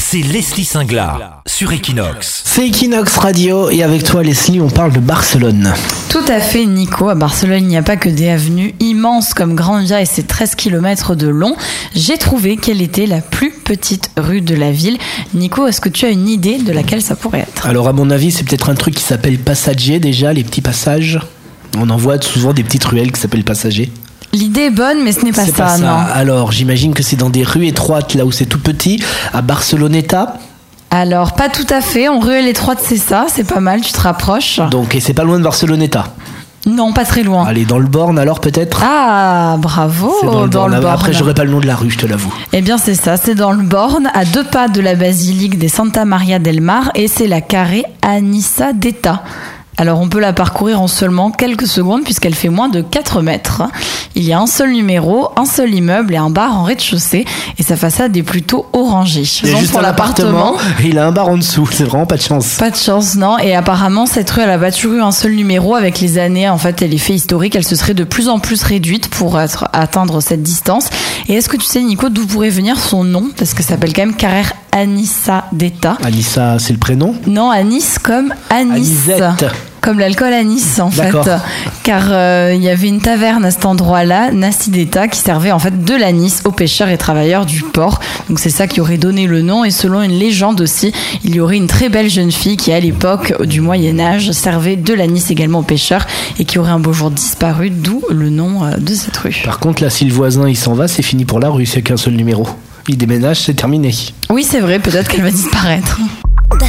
c'est Leslie Singlar sur Equinox. C'est Equinox Radio et avec toi Leslie, on parle de Barcelone. Tout à fait, Nico. À Barcelone, il n'y a pas que des avenues immenses comme Gran Via et ses 13 km de long. J'ai trouvé quelle était la plus petite rue de la ville. Nico, est-ce que tu as une idée de laquelle ça pourrait être Alors à mon avis, c'est peut-être un truc qui s'appelle passager déjà, les petits passages. On en voit souvent des petites ruelles qui s'appellent passagers. L'idée est bonne, mais ce n'est pas, C'est ça, non. Alors j'imagine que c'est dans des rues étroites là où c'est tout petit, à Barceloneta. Alors, pas tout à fait. En ruelle étroite, c'est ça. C'est pas mal, tu te rapproches. Donc et c'est pas loin de Barceloneta. Non, pas très loin. Allez dans le Born alors peut-être. Ah, bravo, c'est dans le Born. Born. Après j'aurais pas le nom de la rue, je te l'avoue. Eh bien, c'est ça, c'est dans le Born, à deux pas de la basilique des Santa Maria del Mar, et c'est la carré Anissa d'État. Alors, on peut la parcourir en seulement quelques secondes, puisqu'elle fait moins de 4 mètres. Il y a un seul numéro, un seul immeuble et un bar en rez-de-chaussée, et sa façade est plutôt orangée. Il y a Donc, juste pour un appartement et il a un bar en dessous. C'est vraiment pas de chance. Pas de chance, non. Et apparemment, cette rue, elle a battu rue un seul numéro avec les années. En fait, elle est fait historique. Elle se serait de plus en plus réduite pour être- atteindre cette distance. Et est-ce que tu sais, Nico, d'où pourrait venir son nom Parce que ça s'appelle quand même Carrère Anissa d'État. Anissa, c'est le prénom Non, Anis comme Anis. Anisette. Comme l'alcool à Nice, en fait. D'accord. Car euh, il y avait une taverne à cet endroit-là, Nassideta, qui servait en fait de l'anis aux pêcheurs et travailleurs du port. Donc c'est ça qui aurait donné le nom. Et selon une légende aussi, il y aurait une très belle jeune fille qui, à l'époque du Moyen-Âge, servait de l'anis également aux pêcheurs et qui aurait un beau jour disparu, d'où le nom euh, de cette rue. Par contre, là, si le voisin il s'en va, c'est fini pour la rue, c'est qu'un seul numéro. Il déménage, c'est terminé. Oui, c'est vrai, peut-être qu'elle va disparaître.